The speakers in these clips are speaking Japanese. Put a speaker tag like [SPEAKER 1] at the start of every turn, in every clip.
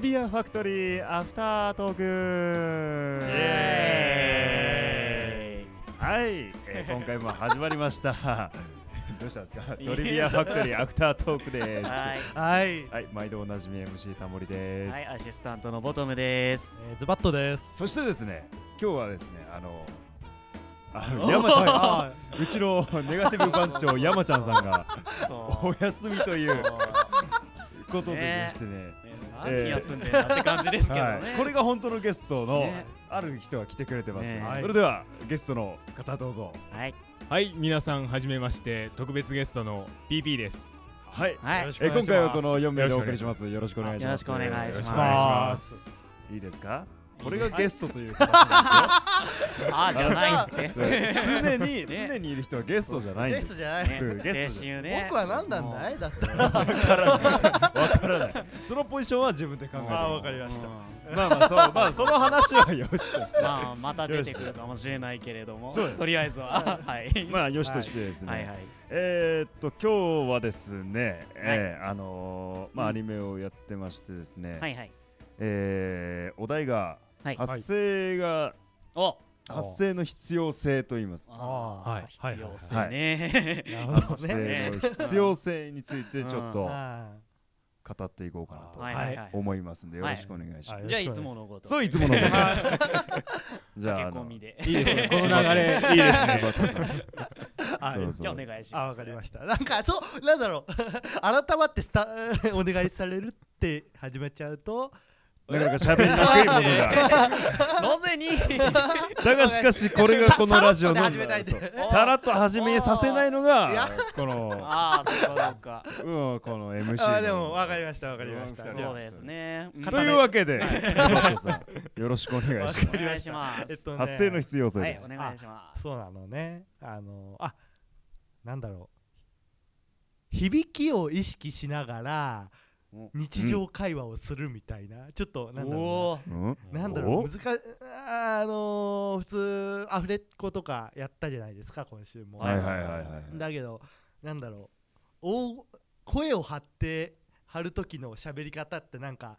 [SPEAKER 1] ビアファクトリーアフタートーク
[SPEAKER 2] エ
[SPEAKER 1] はい、えー今回も始まりました どうしたんですか
[SPEAKER 2] い
[SPEAKER 1] ドリビアファクトリーアフタートークです
[SPEAKER 2] は
[SPEAKER 3] はい、
[SPEAKER 1] はい、毎度おなじみ MC タモリ
[SPEAKER 2] い、
[SPEAKER 1] です、
[SPEAKER 2] はい、アシスタントのボトムです。
[SPEAKER 3] えー、ズバット です。
[SPEAKER 1] そしてですね、今日はですね、あのあ
[SPEAKER 3] お
[SPEAKER 1] の
[SPEAKER 3] ー
[SPEAKER 1] 山ちゃ
[SPEAKER 3] は
[SPEAKER 1] ん、うちのネガティブ番長山ちゃんさんが
[SPEAKER 2] そ
[SPEAKER 1] お休みということででしてね
[SPEAKER 2] う。
[SPEAKER 1] えー
[SPEAKER 2] 何休んでんだって感じですけどね。
[SPEAKER 1] はい、これが本当のゲストの、
[SPEAKER 2] ね
[SPEAKER 1] ある人が来てくれてます、
[SPEAKER 2] ね
[SPEAKER 1] はいそれではゲストの方どうぞ
[SPEAKER 2] はい、
[SPEAKER 4] はい、皆さんはじめまして、特別ゲストの PP です。
[SPEAKER 1] はい
[SPEAKER 2] はい、
[SPEAKER 1] え今回はこの4名でお
[SPEAKER 4] よ
[SPEAKER 1] 送
[SPEAKER 4] ろ
[SPEAKER 1] り
[SPEAKER 4] し
[SPEAKER 1] し
[SPEAKER 4] くお
[SPEAKER 1] ま
[SPEAKER 4] 願いします
[SPEAKER 1] すよろしくお願いし
[SPEAKER 2] よ
[SPEAKER 1] ま
[SPEAKER 2] ろ
[SPEAKER 1] す
[SPEAKER 2] しくお願いします
[SPEAKER 4] よろしくお願いします。
[SPEAKER 1] いいですかこれ
[SPEAKER 2] い
[SPEAKER 1] が
[SPEAKER 2] いです
[SPEAKER 1] ゲストという形な
[SPEAKER 2] ああじゃないって
[SPEAKER 1] ん。ですよ常に、
[SPEAKER 2] ね
[SPEAKER 1] 常にいる人はゲストじゃないん
[SPEAKER 3] ゲ
[SPEAKER 1] で
[SPEAKER 3] スト
[SPEAKER 1] す
[SPEAKER 3] じゃない。
[SPEAKER 1] そうゲスト
[SPEAKER 2] ね、
[SPEAKER 1] です
[SPEAKER 2] 青春ね。
[SPEAKER 3] 僕は何なんだ
[SPEAKER 2] い。
[SPEAKER 3] いだって。
[SPEAKER 1] わからないそのポジションは自分で考えて
[SPEAKER 3] ああ、わかり
[SPEAKER 2] う
[SPEAKER 3] ま
[SPEAKER 2] ん
[SPEAKER 3] した。
[SPEAKER 1] まあまあそうまあその話はよしとして
[SPEAKER 2] まあまた出てくるかもしれないけれども、
[SPEAKER 1] そうです
[SPEAKER 2] とりあえずははい。
[SPEAKER 1] まあよしとしてですね、
[SPEAKER 2] はいはい。
[SPEAKER 1] えー、っと今日はですね、えーあのーまあ、
[SPEAKER 2] うん
[SPEAKER 1] アニメをやってましてですね、
[SPEAKER 2] はいはい。
[SPEAKER 1] えーお題が
[SPEAKER 2] はい。
[SPEAKER 1] 発生が、
[SPEAKER 2] お、
[SPEAKER 1] 発生の必要性と言います
[SPEAKER 2] ああ、
[SPEAKER 4] はい
[SPEAKER 2] 必要性ね。
[SPEAKER 3] なるほ
[SPEAKER 1] 発
[SPEAKER 3] どね。
[SPEAKER 1] 生の必要性についてちょっと
[SPEAKER 3] あ
[SPEAKER 1] 語っていこうか
[SPEAKER 4] うん
[SPEAKER 1] な
[SPEAKER 2] はいはいはい。
[SPEAKER 1] と思いますんでよ
[SPEAKER 2] はい
[SPEAKER 1] ろしくお願いします、
[SPEAKER 3] はい
[SPEAKER 2] じゃあいつものこと。
[SPEAKER 1] そう
[SPEAKER 2] う
[SPEAKER 1] いつも のことじゃああ
[SPEAKER 2] 駆け込
[SPEAKER 1] の
[SPEAKER 2] みで。
[SPEAKER 4] いいですね、この流れ、いいですね。
[SPEAKER 3] ーは
[SPEAKER 1] そう
[SPEAKER 3] い。
[SPEAKER 1] そう
[SPEAKER 2] じゃあお願いし
[SPEAKER 3] あ
[SPEAKER 2] ます。
[SPEAKER 3] わかりました。なんかそうなんだろう。 改まってスタ お願いされるって始めちゃうと、
[SPEAKER 1] なかなか喋りにくいものが
[SPEAKER 2] ロゼに
[SPEAKER 1] だがしかしこれがこのラジオの
[SPEAKER 3] ささらっとね始めたいんで
[SPEAKER 1] そうさらっと始めさせないの
[SPEAKER 3] い
[SPEAKER 1] が
[SPEAKER 3] や
[SPEAKER 1] この、
[SPEAKER 2] ああ、そうかそうか。
[SPEAKER 1] うん、この MC
[SPEAKER 3] あ
[SPEAKER 1] の
[SPEAKER 3] ーでもわかりましたわかりました。
[SPEAKER 1] うん
[SPEAKER 3] じゃ
[SPEAKER 2] そ
[SPEAKER 3] あ
[SPEAKER 2] うですね。うん
[SPEAKER 1] というわけ で、佐藤さんよろしくお願いします。
[SPEAKER 2] お願いします。
[SPEAKER 3] えっとね
[SPEAKER 1] 発声の必要性
[SPEAKER 2] は
[SPEAKER 1] で
[SPEAKER 2] い、
[SPEAKER 1] す。
[SPEAKER 2] お願いしま
[SPEAKER 3] そうなのね。あのあなんだろう響きを意識しながら
[SPEAKER 2] お
[SPEAKER 3] 日常会話をするみたいな、ちょっとなんだろ
[SPEAKER 1] うん
[SPEAKER 3] うななんだ
[SPEAKER 1] お
[SPEAKER 3] ろう難しあーあのー、普通アフレコとかやったじゃないですか今週も。
[SPEAKER 1] はいはいはいはい
[SPEAKER 3] だけどなんだろう大声を張って張る時の喋り方ってなんか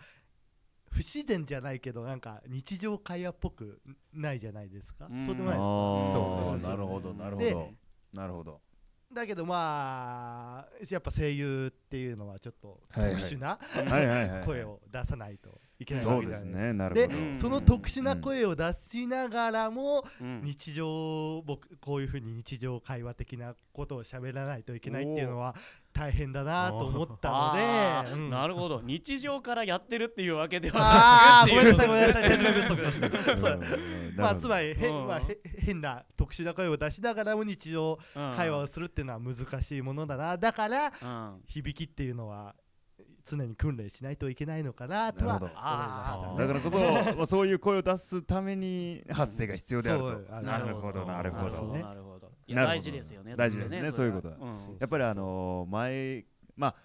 [SPEAKER 3] 不自然じゃないけどなんか日常会話っぽくないじゃないですか。
[SPEAKER 2] うん
[SPEAKER 3] そうでも
[SPEAKER 1] あ
[SPEAKER 3] ないです
[SPEAKER 1] ー
[SPEAKER 4] そうです
[SPEAKER 1] なるほどなるほ
[SPEAKER 3] で
[SPEAKER 1] どなるほど。
[SPEAKER 3] だけどまあやっぱ声優っていうのはちょっと
[SPEAKER 1] はいは
[SPEAKER 3] 特
[SPEAKER 1] い
[SPEAKER 3] 殊な
[SPEAKER 2] す。
[SPEAKER 1] はいはいはい。
[SPEAKER 3] 声を出さないといけない
[SPEAKER 1] そ
[SPEAKER 3] わ
[SPEAKER 1] う
[SPEAKER 3] け
[SPEAKER 1] で
[SPEAKER 3] じゃ
[SPEAKER 1] す
[SPEAKER 3] ないです
[SPEAKER 1] ね
[SPEAKER 3] か。
[SPEAKER 1] なる
[SPEAKER 3] で
[SPEAKER 1] ほど。
[SPEAKER 3] その特殊な声を出しながらも
[SPEAKER 2] うん
[SPEAKER 3] 日常僕こういうふうに日常会話的なことを喋らないといけないっていうのは大変だなと思った
[SPEAKER 2] あ
[SPEAKER 3] ので、
[SPEAKER 2] ー
[SPEAKER 3] うん
[SPEAKER 2] なるほど日常からやってるっていうわけではな
[SPEAKER 3] ああ
[SPEAKER 2] く
[SPEAKER 3] ごめんなさい
[SPEAKER 2] っ
[SPEAKER 3] ご
[SPEAKER 2] て
[SPEAKER 3] めん
[SPEAKER 2] いう
[SPEAKER 3] なさ い説明不足でした。そう
[SPEAKER 1] うん
[SPEAKER 3] まあつまりへ
[SPEAKER 2] うん
[SPEAKER 3] まあへ変な特殊な声を出しながらも日常
[SPEAKER 2] うん
[SPEAKER 3] 会話をするっていうのは難しいものだなだから
[SPEAKER 2] うんあ
[SPEAKER 3] 響きっていうのは常に訓練しないといけないのかなと
[SPEAKER 1] なるほど。
[SPEAKER 3] は
[SPEAKER 2] あ
[SPEAKER 1] だからこそ、まあ、そういう声を出すために発声が必要であると
[SPEAKER 3] そう。あ
[SPEAKER 1] なるほど、なるほ
[SPEAKER 2] なるほ
[SPEAKER 1] ど
[SPEAKER 2] ど。なるほどいや
[SPEAKER 1] なるほど
[SPEAKER 2] 大事ですよね
[SPEAKER 1] 大事ですねそういうことは
[SPEAKER 2] ん
[SPEAKER 1] やっぱりあのー前、まあ、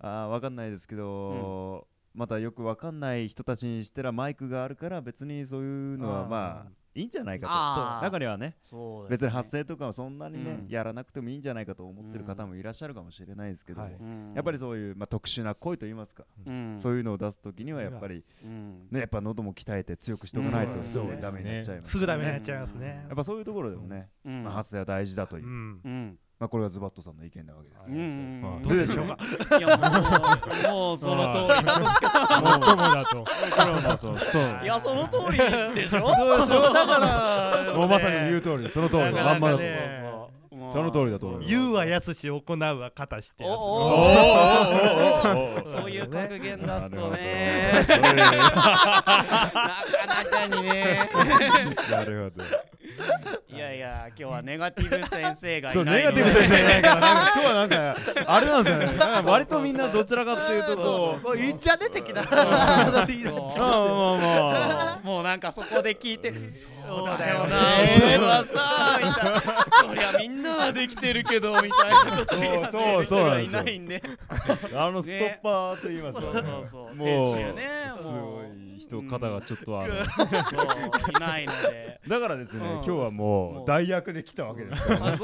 [SPEAKER 1] あーわかんないですけど、またよくわかんない人たちにしたらマイクがあるから別にそういうのは
[SPEAKER 3] うん
[SPEAKER 1] まあいいんじゃない
[SPEAKER 2] あ
[SPEAKER 1] か
[SPEAKER 2] ー
[SPEAKER 1] と中にはね
[SPEAKER 2] そうで
[SPEAKER 1] 別
[SPEAKER 2] すね
[SPEAKER 1] に発声とかはそんなにね、
[SPEAKER 2] うん
[SPEAKER 1] やらなくてもいいんじゃないかと思ってる方もいらっしゃるかもしれないですけど、
[SPEAKER 3] はい
[SPEAKER 2] うん
[SPEAKER 1] やっぱりそういう、まあ、特殊な声といいますか、
[SPEAKER 2] うん
[SPEAKER 1] そういうのを出す時にはやっぱり、
[SPEAKER 2] うん
[SPEAKER 1] ね、やっぱ喉も鍛えて強くしておかないとす
[SPEAKER 4] そう
[SPEAKER 1] ぐ
[SPEAKER 4] です
[SPEAKER 1] ダ
[SPEAKER 4] ね
[SPEAKER 1] メになっちゃいます
[SPEAKER 3] す
[SPEAKER 1] ね、
[SPEAKER 3] ぐダメになっちゃいますね
[SPEAKER 1] やっぱそういうところでもね、
[SPEAKER 2] うん
[SPEAKER 1] まあ、発声は大事だというう、
[SPEAKER 3] ん
[SPEAKER 2] うん
[SPEAKER 1] まあ、これがズバットさんの意見なわけです
[SPEAKER 2] う
[SPEAKER 1] よ。
[SPEAKER 2] ん
[SPEAKER 4] まあ
[SPEAKER 2] ん
[SPEAKER 4] ど
[SPEAKER 3] うでしょうか
[SPEAKER 2] いやもうもうその通 りだ
[SPEAKER 4] もっともだと。
[SPEAKER 1] そう
[SPEAKER 2] といやその通りでしょ
[SPEAKER 3] だから
[SPEAKER 1] もうまさに言う
[SPEAKER 3] う
[SPEAKER 1] 通り、その通り、
[SPEAKER 3] なかなか
[SPEAKER 1] まんまだと。
[SPEAKER 3] ね
[SPEAKER 2] そう
[SPEAKER 1] その通りだと思います
[SPEAKER 3] 言うはやすし行うは肩してやつ
[SPEAKER 2] お
[SPEAKER 1] お
[SPEAKER 2] お
[SPEAKER 1] ーおーおーおーおー
[SPEAKER 2] そういう格言出すと
[SPEAKER 1] な
[SPEAKER 2] ね
[SPEAKER 1] るほど
[SPEAKER 2] なかなかにね
[SPEAKER 1] なるほど。
[SPEAKER 2] いやいや今日はネガティブ先生がい
[SPEAKER 1] そう、
[SPEAKER 2] な
[SPEAKER 1] ネ
[SPEAKER 2] い
[SPEAKER 1] ガ
[SPEAKER 2] の
[SPEAKER 1] テ
[SPEAKER 2] で
[SPEAKER 1] ィブ 先生いないから、なんか今日はなんか、あれなんですよね。なんか割とみんなどちらかっていうと、こう。
[SPEAKER 3] もう言っちゃね的な
[SPEAKER 2] そう
[SPEAKER 3] ノリになっち
[SPEAKER 1] ま
[SPEAKER 3] ゃ
[SPEAKER 1] あまあまあ。
[SPEAKER 2] もうなんかそこで聞いてそうだよな
[SPEAKER 3] ね
[SPEAKER 2] 俺はさみたいなそりゃみんなはできてるけどみたいなこと言って
[SPEAKER 1] そうそう
[SPEAKER 2] る人がい
[SPEAKER 1] そうなんですよ
[SPEAKER 2] ないんで
[SPEAKER 1] あのストッパーと言います
[SPEAKER 2] そう
[SPEAKER 1] か
[SPEAKER 2] そうそう
[SPEAKER 1] もう
[SPEAKER 2] 選手ね
[SPEAKER 1] す
[SPEAKER 2] も
[SPEAKER 1] ご
[SPEAKER 2] う
[SPEAKER 1] い人肩がちょっとある
[SPEAKER 2] そういないので
[SPEAKER 1] だからですね、
[SPEAKER 2] うん
[SPEAKER 1] 今日はも
[SPEAKER 2] も
[SPEAKER 1] う
[SPEAKER 2] う
[SPEAKER 1] 代役で来たわけです
[SPEAKER 2] あそう
[SPEAKER 4] バンバン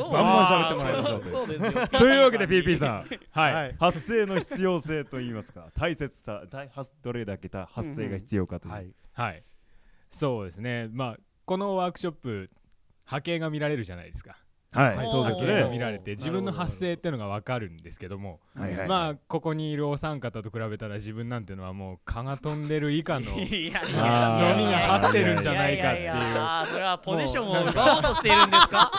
[SPEAKER 4] 喋ってもらいましょう
[SPEAKER 2] そうですよ
[SPEAKER 4] というわけで PP さんはい、
[SPEAKER 3] はい
[SPEAKER 1] 発声の必要性といいますか大切さ大発どれだけた発声が必要かという、
[SPEAKER 3] はい
[SPEAKER 4] はい、そうですね、まあ、このワークショップ、波形が見られるじゃないですか、
[SPEAKER 1] はい、
[SPEAKER 2] はい
[SPEAKER 1] そう
[SPEAKER 4] 波
[SPEAKER 1] です
[SPEAKER 4] 形
[SPEAKER 1] ね
[SPEAKER 4] が
[SPEAKER 3] おー
[SPEAKER 4] 見られて、自分の発声っていうのが分かるんですけども、
[SPEAKER 1] はいはい
[SPEAKER 4] まあ、ここにいるお三方と比べたら、自分なんてのはもう、蚊が飛んでる以下の
[SPEAKER 2] いやいやい
[SPEAKER 1] あー
[SPEAKER 2] や
[SPEAKER 4] 飲みが張ってるんじゃないかっていう
[SPEAKER 2] やややあーそれはポジションを奪おうとしているんですか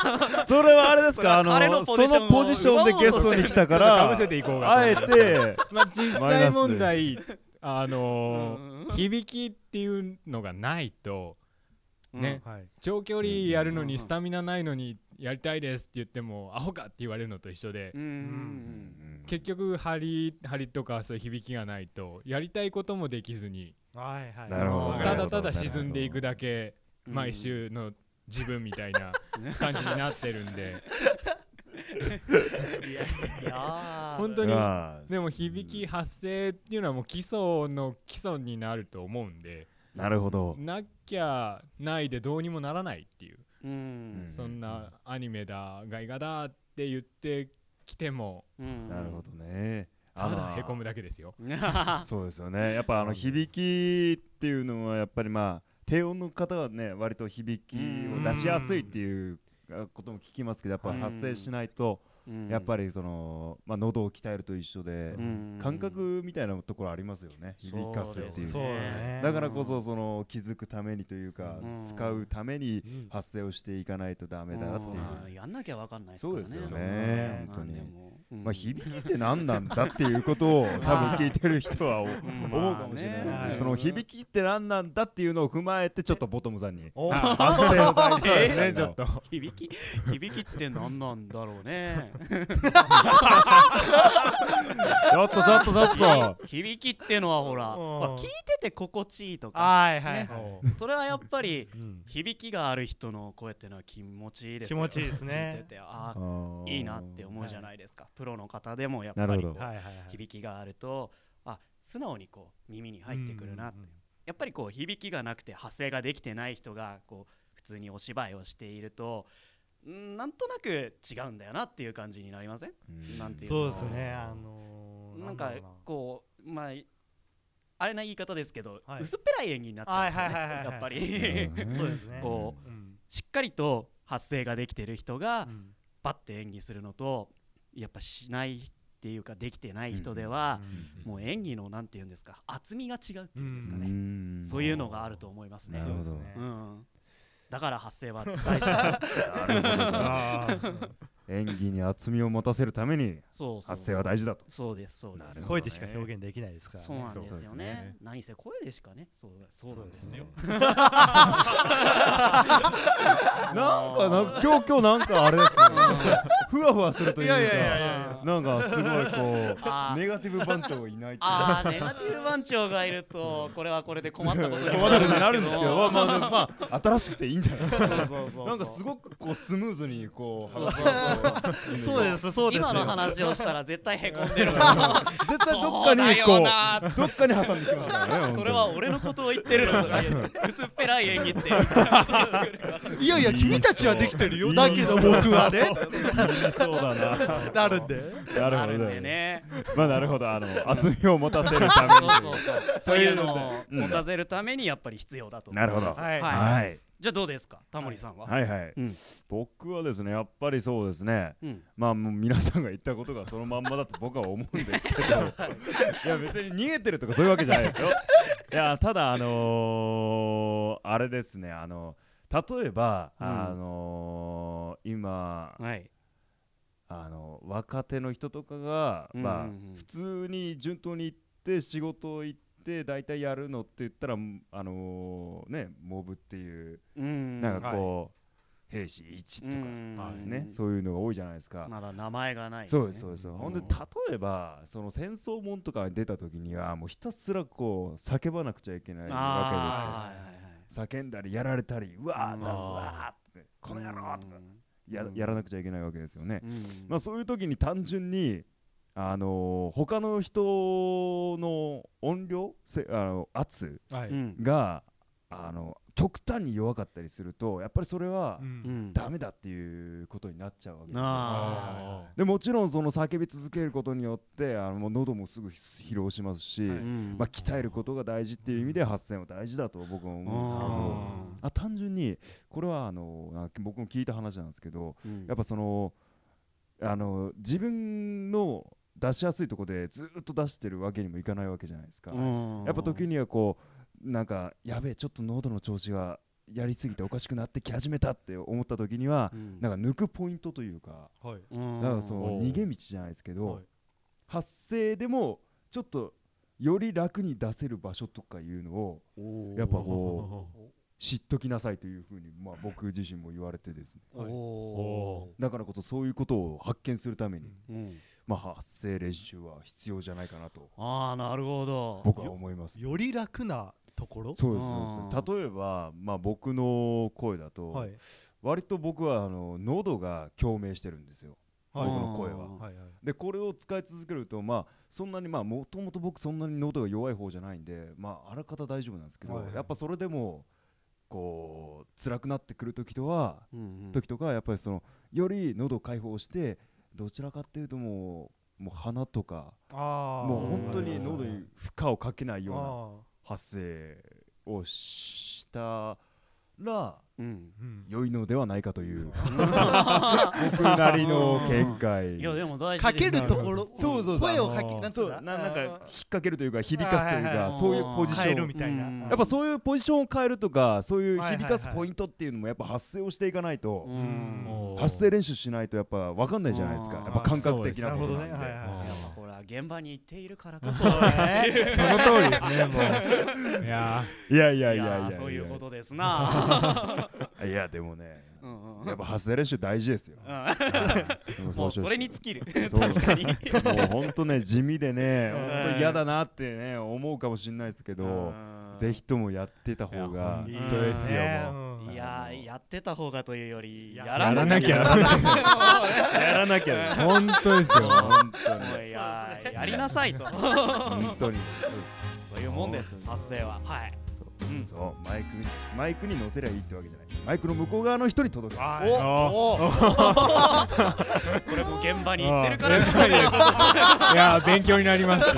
[SPEAKER 1] それはあれですかあ
[SPEAKER 2] それは彼
[SPEAKER 1] の
[SPEAKER 2] の
[SPEAKER 1] そ
[SPEAKER 2] ポジション
[SPEAKER 1] の
[SPEAKER 2] を
[SPEAKER 1] ポジションでゲストに来たか
[SPEAKER 4] から
[SPEAKER 1] ら
[SPEAKER 4] ぶせていこう
[SPEAKER 1] あ
[SPEAKER 4] か
[SPEAKER 1] えて
[SPEAKER 4] と、まあ、実
[SPEAKER 1] マイナ
[SPEAKER 4] 際
[SPEAKER 1] ス
[SPEAKER 4] 問題、あのー
[SPEAKER 2] うん
[SPEAKER 4] 響きっていうのがないと、ね
[SPEAKER 3] はい
[SPEAKER 4] 長距離やるの
[SPEAKER 2] うんうんうんう
[SPEAKER 4] に
[SPEAKER 2] ん
[SPEAKER 4] スタミナないのにやりたいですって言ってもアホかって言われるのと一緒で
[SPEAKER 2] うんうん
[SPEAKER 4] 結局張り張りとかそういう響きがないとやりたいこともできずに
[SPEAKER 3] はいはい
[SPEAKER 1] なるほど
[SPEAKER 3] はい
[SPEAKER 1] な
[SPEAKER 4] た
[SPEAKER 1] るほ
[SPEAKER 4] だ
[SPEAKER 1] ど
[SPEAKER 4] ただ沈んでいくだけ
[SPEAKER 2] うん
[SPEAKER 4] 毎週の自分みたいな感じになってる んで
[SPEAKER 2] うんいやいや
[SPEAKER 4] 本
[SPEAKER 2] 本
[SPEAKER 4] 当に
[SPEAKER 1] まあ
[SPEAKER 4] でも響き発声っていうのはもう基礎の基礎になると思うんで
[SPEAKER 1] なるほど
[SPEAKER 4] なきゃないでどうにもならないっていう
[SPEAKER 2] うん
[SPEAKER 4] そんなアニメだ外画だって言ってきても
[SPEAKER 2] うん
[SPEAKER 1] なるほどね
[SPEAKER 4] た
[SPEAKER 1] あ
[SPEAKER 4] だ
[SPEAKER 1] の
[SPEAKER 4] へこむだけですよ。
[SPEAKER 1] そうですよねやっぱあの響きっていうのはやっぱりまあ低音の方はね割と響きを出しやすいっていうことも聞きますけどやっぱ
[SPEAKER 2] うん
[SPEAKER 1] 発声しないとやっぱ
[SPEAKER 2] り
[SPEAKER 1] りそのまあ喉を鍛えると一緒で感覚みたいなところありますよね響かすっていう
[SPEAKER 3] そうだね
[SPEAKER 1] だからこそその気づくためにというか
[SPEAKER 2] うん
[SPEAKER 1] 使うために
[SPEAKER 3] うん
[SPEAKER 1] 発声をしていかないとダメだっていう
[SPEAKER 2] うんやんなきゃわかんないですからね
[SPEAKER 1] そうです
[SPEAKER 3] よね
[SPEAKER 1] 本当に
[SPEAKER 2] なんでもうん
[SPEAKER 1] まあ響きって何なんだっていうことを多分聞いてる人はお
[SPEAKER 2] ん
[SPEAKER 1] 思うかもしれない、
[SPEAKER 2] まあ
[SPEAKER 3] ね
[SPEAKER 1] その響きって何なんだっていうのを踏まえてちょっとボトムさんに
[SPEAKER 3] お
[SPEAKER 1] 発声を大事
[SPEAKER 4] そうです
[SPEAKER 1] だ
[SPEAKER 4] ね、ちょっと。
[SPEAKER 2] 響き響きって何なんだろう ね
[SPEAKER 1] ちょっとちょっとちょっと
[SPEAKER 2] 響きってのはほら
[SPEAKER 3] うん
[SPEAKER 2] ほら聞いてて心地いいとか
[SPEAKER 3] はいはい
[SPEAKER 2] ね
[SPEAKER 3] お
[SPEAKER 2] それはやっぱり
[SPEAKER 3] うん
[SPEAKER 2] 響きがある人の声ってのは気持ちいいですよ
[SPEAKER 3] 気持ちいいですね
[SPEAKER 2] 聞いててあ
[SPEAKER 1] あ
[SPEAKER 2] あ
[SPEAKER 1] ー
[SPEAKER 2] いいなって思うじゃないですか、プロの方でもやっ
[SPEAKER 1] な
[SPEAKER 2] ぱ
[SPEAKER 1] る
[SPEAKER 2] り
[SPEAKER 1] ほど
[SPEAKER 2] こう
[SPEAKER 3] はいはいはい
[SPEAKER 2] 響きがあるとあ素直にこう耳に入ってくるなって、
[SPEAKER 3] うん
[SPEAKER 2] やっぱりこう響きがなくて発声ができてない人がこう普通にお芝居をしているとんなんとなく違うんだよなっていう感じになりません
[SPEAKER 1] うん
[SPEAKER 2] なんていう
[SPEAKER 3] そう
[SPEAKER 2] の
[SPEAKER 3] ですねあのー
[SPEAKER 2] なん
[SPEAKER 3] だ
[SPEAKER 2] か
[SPEAKER 3] ろう
[SPEAKER 2] こうまああれな言い方ですけど、
[SPEAKER 3] はい
[SPEAKER 2] 薄っぺらい演技になっちゃうんですよね、
[SPEAKER 3] はいはいはいはいはい
[SPEAKER 2] やっぱ
[SPEAKER 1] う
[SPEAKER 2] り
[SPEAKER 1] ん
[SPEAKER 3] そうですね
[SPEAKER 2] こ
[SPEAKER 3] ううん
[SPEAKER 2] しっかりと発声ができてる人が、
[SPEAKER 3] うん
[SPEAKER 2] バッて演技するのとやっぱしないっていうかできてない人では、もう演技のなんて言うんですか厚みが違うっていうんですかね、
[SPEAKER 1] ん
[SPEAKER 2] そういうのがあると思いますね
[SPEAKER 1] なるほど
[SPEAKER 3] そうです
[SPEAKER 2] う
[SPEAKER 3] ね
[SPEAKER 2] ん、だから発声は大事だ
[SPEAKER 1] なるほどな
[SPEAKER 4] あー
[SPEAKER 1] 演技に厚みを持たせるために
[SPEAKER 2] そうそう
[SPEAKER 1] 発声は大事だと
[SPEAKER 2] そうですそう
[SPEAKER 1] な
[SPEAKER 2] で
[SPEAKER 1] る
[SPEAKER 2] す
[SPEAKER 1] ほど
[SPEAKER 3] 声でしか表現できないですからね
[SPEAKER 2] そうなんで
[SPEAKER 4] そう
[SPEAKER 2] す
[SPEAKER 4] です
[SPEAKER 2] よ
[SPEAKER 4] ね
[SPEAKER 2] ね何せ声でしかねそうそうなんですよ
[SPEAKER 1] なんかな今日今日なんかあれですねふわふわするというか
[SPEAKER 3] いやいやいやい や
[SPEAKER 1] なんかすごいこ
[SPEAKER 2] あ
[SPEAKER 1] う
[SPEAKER 2] ー
[SPEAKER 1] ネガティブ番長がいないっていう
[SPEAKER 2] あーネガティブ番長がいるとこれはこれで困ったことに
[SPEAKER 1] 困るになるんですけど、まあまあまあ新しくていいんじゃない。
[SPEAKER 2] そうそうそうそう
[SPEAKER 1] なんかすごくこうスムーズにこう
[SPEAKER 2] そう
[SPEAKER 1] 話
[SPEAKER 2] そう
[SPEAKER 1] が
[SPEAKER 3] そうですそうですよ
[SPEAKER 2] 今の話をしたら絶対へこんでる
[SPEAKER 1] 絶対どっ
[SPEAKER 2] そ
[SPEAKER 1] か
[SPEAKER 2] うだ
[SPEAKER 1] にこ
[SPEAKER 2] よ
[SPEAKER 1] う
[SPEAKER 2] な
[SPEAKER 1] どっかに挟んできますからね。
[SPEAKER 2] それは俺のことを言ってるのに薄っぺらい演技って
[SPEAKER 3] いやいや君たちはできてるよ
[SPEAKER 1] いい
[SPEAKER 3] だけど僕は ね
[SPEAKER 1] 本当にそうだな。
[SPEAKER 3] なるんで
[SPEAKER 1] な
[SPEAKER 2] ある
[SPEAKER 1] る
[SPEAKER 2] ん
[SPEAKER 1] ほ
[SPEAKER 2] で
[SPEAKER 1] ど。
[SPEAKER 2] ね
[SPEAKER 1] まあなるほどあの厚みを持たせるため
[SPEAKER 2] そうそうそうそういうのを
[SPEAKER 1] うん
[SPEAKER 2] 持たせるためにやっぱり必要だと思い
[SPEAKER 1] なるほど
[SPEAKER 2] ます
[SPEAKER 3] はい
[SPEAKER 1] に。
[SPEAKER 2] は
[SPEAKER 1] はい
[SPEAKER 2] いじゃあどうですかタモリさんは
[SPEAKER 1] はいはい
[SPEAKER 2] うん。
[SPEAKER 1] 僕はですねやっぱりそうですね。
[SPEAKER 2] うん
[SPEAKER 1] まあもう皆さんが言ったことがそのまんまだと僕は思うん ですけどいや別に逃げてるとかそういうわけじゃないですよいやただあのーあれですねあの例えば、
[SPEAKER 2] うん
[SPEAKER 1] あのー今
[SPEAKER 2] はい
[SPEAKER 1] あの若手の人とかが、まあ
[SPEAKER 2] うんうんうん
[SPEAKER 1] 普通に順当に行って仕事行って大体やるのって言ったらあのーねモブっていう
[SPEAKER 2] うん
[SPEAKER 1] なんかこう、兵士1とか、
[SPEAKER 2] うん
[SPEAKER 1] はいねそういうのが多いじゃないですか、
[SPEAKER 2] まだ名前がない
[SPEAKER 1] そうですそうです、
[SPEAKER 2] ん
[SPEAKER 1] ほんで例えばその戦争もんとかに出た時にはもうひたすらこう叫ばなくちゃいけないわけ
[SPEAKER 2] あーはいはいはい
[SPEAKER 1] ですよ叫んだりやられたりうわー
[SPEAKER 2] うん
[SPEAKER 1] だうわーってこの野郎とかややらなくちゃいけないわけですよね。
[SPEAKER 2] うん。
[SPEAKER 1] まあ、そういう時に単純にあのー他の人の音量せあの圧
[SPEAKER 4] はいう
[SPEAKER 2] ん
[SPEAKER 1] があの極端に弱かったりするとやっぱりそれは
[SPEAKER 4] うん
[SPEAKER 2] うん
[SPEAKER 1] ダメだっていうことになっちゃうわけですよ
[SPEAKER 2] あ
[SPEAKER 1] でもちろんその叫び続けることによってあのもう喉もすぐ疲労しますし、
[SPEAKER 2] うん
[SPEAKER 1] まあ、鍛えることが大事っていう意味で発声も大事だと僕は思うんですけど
[SPEAKER 2] あ
[SPEAKER 1] あ単純にこれはあのあ僕も聞いた話なんですけど
[SPEAKER 2] ーうん
[SPEAKER 1] やっぱそのあの自分の出しやすいとこでずっと出してるわけにもいかないわけじゃないですか。
[SPEAKER 2] うん
[SPEAKER 1] やっぱ時にはこうなんかやべえちょっと喉の調子がやりすぎておかしくなってき始めたって思った時には
[SPEAKER 2] うん
[SPEAKER 1] なんか抜くポイントというか
[SPEAKER 3] はい
[SPEAKER 2] うん
[SPEAKER 1] なんかその
[SPEAKER 4] おー
[SPEAKER 1] 逃げ道じゃないですけ
[SPEAKER 3] は
[SPEAKER 1] ど
[SPEAKER 3] い
[SPEAKER 1] 発声でもちょっとより楽に出せる場所とかいうのをやっぱこう知っときなさいというふうにまあ僕自身も言われてですね
[SPEAKER 2] おー
[SPEAKER 4] お
[SPEAKER 1] だからこそそういうことを発見するために
[SPEAKER 3] うん
[SPEAKER 2] うん
[SPEAKER 1] まあ発声練習は必要じゃないかなと
[SPEAKER 2] ああなるほど
[SPEAKER 1] 僕は思います
[SPEAKER 3] より楽なところ
[SPEAKER 1] そうですそうです例えばまあ僕の声だと、
[SPEAKER 3] はい
[SPEAKER 1] 割と僕はあの喉が共鳴してるんですよ
[SPEAKER 3] はい
[SPEAKER 1] 僕の声は
[SPEAKER 2] うん
[SPEAKER 3] はいはい
[SPEAKER 1] でこれを使い続けるとまあそんなにまあもともと僕そんなに喉が弱い方じゃないんでまああらかた大丈夫なんですけど、
[SPEAKER 3] はい
[SPEAKER 1] やっぱそれでもこう辛くなってくる時とは、
[SPEAKER 2] うんうん
[SPEAKER 1] 時とかやっぱりそのより喉を解放してどちらかっていうともうもう鼻とか
[SPEAKER 3] ああ
[SPEAKER 1] もう本当に喉に負荷をかけないような
[SPEAKER 3] よ
[SPEAKER 1] 発声をしたら
[SPEAKER 2] うん
[SPEAKER 3] うん
[SPEAKER 1] 良いのではないかと いう僕なり の見解
[SPEAKER 2] いやでも大事
[SPEAKER 3] かけ
[SPEAKER 2] です
[SPEAKER 3] るところ
[SPEAKER 1] そうそうそう
[SPEAKER 3] 声をか
[SPEAKER 4] あ
[SPEAKER 3] け
[SPEAKER 4] の
[SPEAKER 3] なんつ
[SPEAKER 1] そううん
[SPEAKER 3] だ
[SPEAKER 1] ななんか
[SPEAKER 3] あ
[SPEAKER 1] 引っ
[SPEAKER 3] ー
[SPEAKER 1] 掛けるというか響かすという
[SPEAKER 3] はいはい
[SPEAKER 1] か
[SPEAKER 3] はい
[SPEAKER 1] そういうポジシ
[SPEAKER 3] 変える
[SPEAKER 1] ョン
[SPEAKER 3] みたいな、
[SPEAKER 2] うん
[SPEAKER 1] やっぱそういうポジションを変えるとかそういう
[SPEAKER 3] はいはい
[SPEAKER 1] 響
[SPEAKER 3] はい
[SPEAKER 1] かすポイントっていうのもやっぱ発声をしていかないと
[SPEAKER 2] うん
[SPEAKER 4] おー
[SPEAKER 1] 発声練習しないとやっぱ分かんないじゃないですか
[SPEAKER 2] あ
[SPEAKER 1] や
[SPEAKER 2] ー
[SPEAKER 1] っぱ感覚的
[SPEAKER 3] な
[SPEAKER 1] な
[SPEAKER 3] る
[SPEAKER 1] こ
[SPEAKER 3] ほ
[SPEAKER 1] と
[SPEAKER 3] ど
[SPEAKER 1] な
[SPEAKER 3] ね
[SPEAKER 1] ん
[SPEAKER 3] はい
[SPEAKER 1] で
[SPEAKER 3] は
[SPEAKER 2] ほら現場に行っているからこそ
[SPEAKER 3] いそうね
[SPEAKER 4] その通りですね、もう。いや
[SPEAKER 1] いやいやいやいや
[SPEAKER 2] ーそういうこ
[SPEAKER 1] い
[SPEAKER 2] とです な
[SPEAKER 1] やいやでもね
[SPEAKER 2] うんうんうん
[SPEAKER 1] やっぱ発声練習大事ですよ
[SPEAKER 2] うんもうそれに尽きる 確
[SPEAKER 1] そう
[SPEAKER 2] かに
[SPEAKER 1] もう本当ね地味でね
[SPEAKER 3] うん
[SPEAKER 1] 本当嫌だなってね思うかもしれないですけど
[SPEAKER 2] うん
[SPEAKER 1] ぜひともやってた
[SPEAKER 4] ー、いや
[SPEAKER 1] 方が
[SPEAKER 2] い
[SPEAKER 4] 本当ですよ、
[SPEAKER 3] ね
[SPEAKER 4] もう。
[SPEAKER 3] うん
[SPEAKER 2] いやーやってた方がというより
[SPEAKER 3] や
[SPEAKER 2] やらなきゃ
[SPEAKER 4] やらな
[SPEAKER 1] やらなきゃね
[SPEAKER 4] 本当です よ。
[SPEAKER 1] 本当に
[SPEAKER 2] もういやーやりなさいと
[SPEAKER 1] 本当に
[SPEAKER 2] そういうもんです発声ははい
[SPEAKER 1] そう
[SPEAKER 2] うん
[SPEAKER 1] そうマイクにマイクに乗せりゃいいってわけじゃないマイクの向こう側の人に届け
[SPEAKER 3] あー
[SPEAKER 2] お
[SPEAKER 4] お
[SPEAKER 2] お これも現場に行ってるから
[SPEAKER 4] い
[SPEAKER 2] こそ
[SPEAKER 4] やいやいや勉強になります。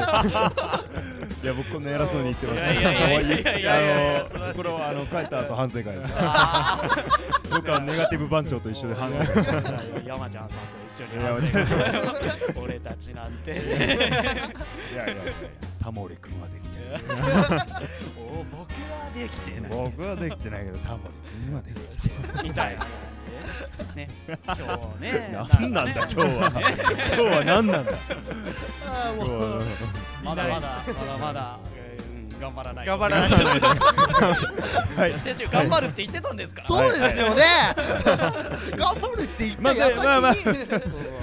[SPEAKER 1] いや僕こんな偉そうに言ってます
[SPEAKER 2] いやいやいやいやいやいやいや
[SPEAKER 1] あの
[SPEAKER 2] 素晴らしい
[SPEAKER 1] これはあの帰った後反省会です僕はネガティブ番長と一緒で反省会します
[SPEAKER 2] 山ちゃんさんと一緒に
[SPEAKER 1] 山ち
[SPEAKER 2] 俺たちなんて
[SPEAKER 1] いやいやいやいやタモリ君はできてる
[SPEAKER 2] お僕はできてない
[SPEAKER 1] 僕はできてないけどタモリ君はできてる
[SPEAKER 2] みたいなね今日ね
[SPEAKER 1] 何なんだ今日は今日は何なんだ
[SPEAKER 3] あー
[SPEAKER 1] 今日
[SPEAKER 3] もう
[SPEAKER 1] は
[SPEAKER 2] まだまだまだまだうん頑張らない
[SPEAKER 3] 頑張らないと
[SPEAKER 1] はい
[SPEAKER 2] 選手頑張るって言ってたんですか
[SPEAKER 3] そうですよね 頑張るって言った矢先に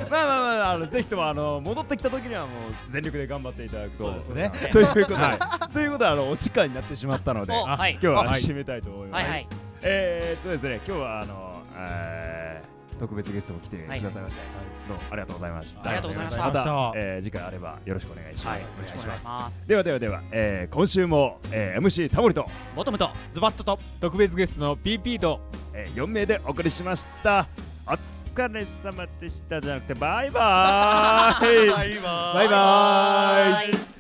[SPEAKER 1] まあまあまあまあまああのぜひともあの戻ってきた時にはもう全力で頑張っていただくと
[SPEAKER 2] そうです
[SPEAKER 3] ね
[SPEAKER 1] ということで、ということであのお時間になってしまったので、
[SPEAKER 2] お
[SPEAKER 1] あ
[SPEAKER 2] はい
[SPEAKER 1] 今日は
[SPEAKER 4] はい
[SPEAKER 1] 締めたいと思いま
[SPEAKER 2] は
[SPEAKER 1] す。
[SPEAKER 2] いはい
[SPEAKER 1] えーっとですね今日はあの、えー特別ゲストも来てくださいまして、どうもありがとうございました。
[SPEAKER 2] ありがとうございました
[SPEAKER 1] また
[SPEAKER 4] あ、
[SPEAKER 1] えー次回あればよろしくお願いします。
[SPEAKER 2] はいよろしくお願いします
[SPEAKER 1] ではではでは、えー今週も、えー MC タモリと、
[SPEAKER 2] ボトムと
[SPEAKER 4] ズバッとと特別ゲストの PP と
[SPEAKER 1] え4名でお送りしました。お疲れ 様でしたじゃなくてバイバーイ。
[SPEAKER 3] バイバーイ
[SPEAKER 1] バイバーイ。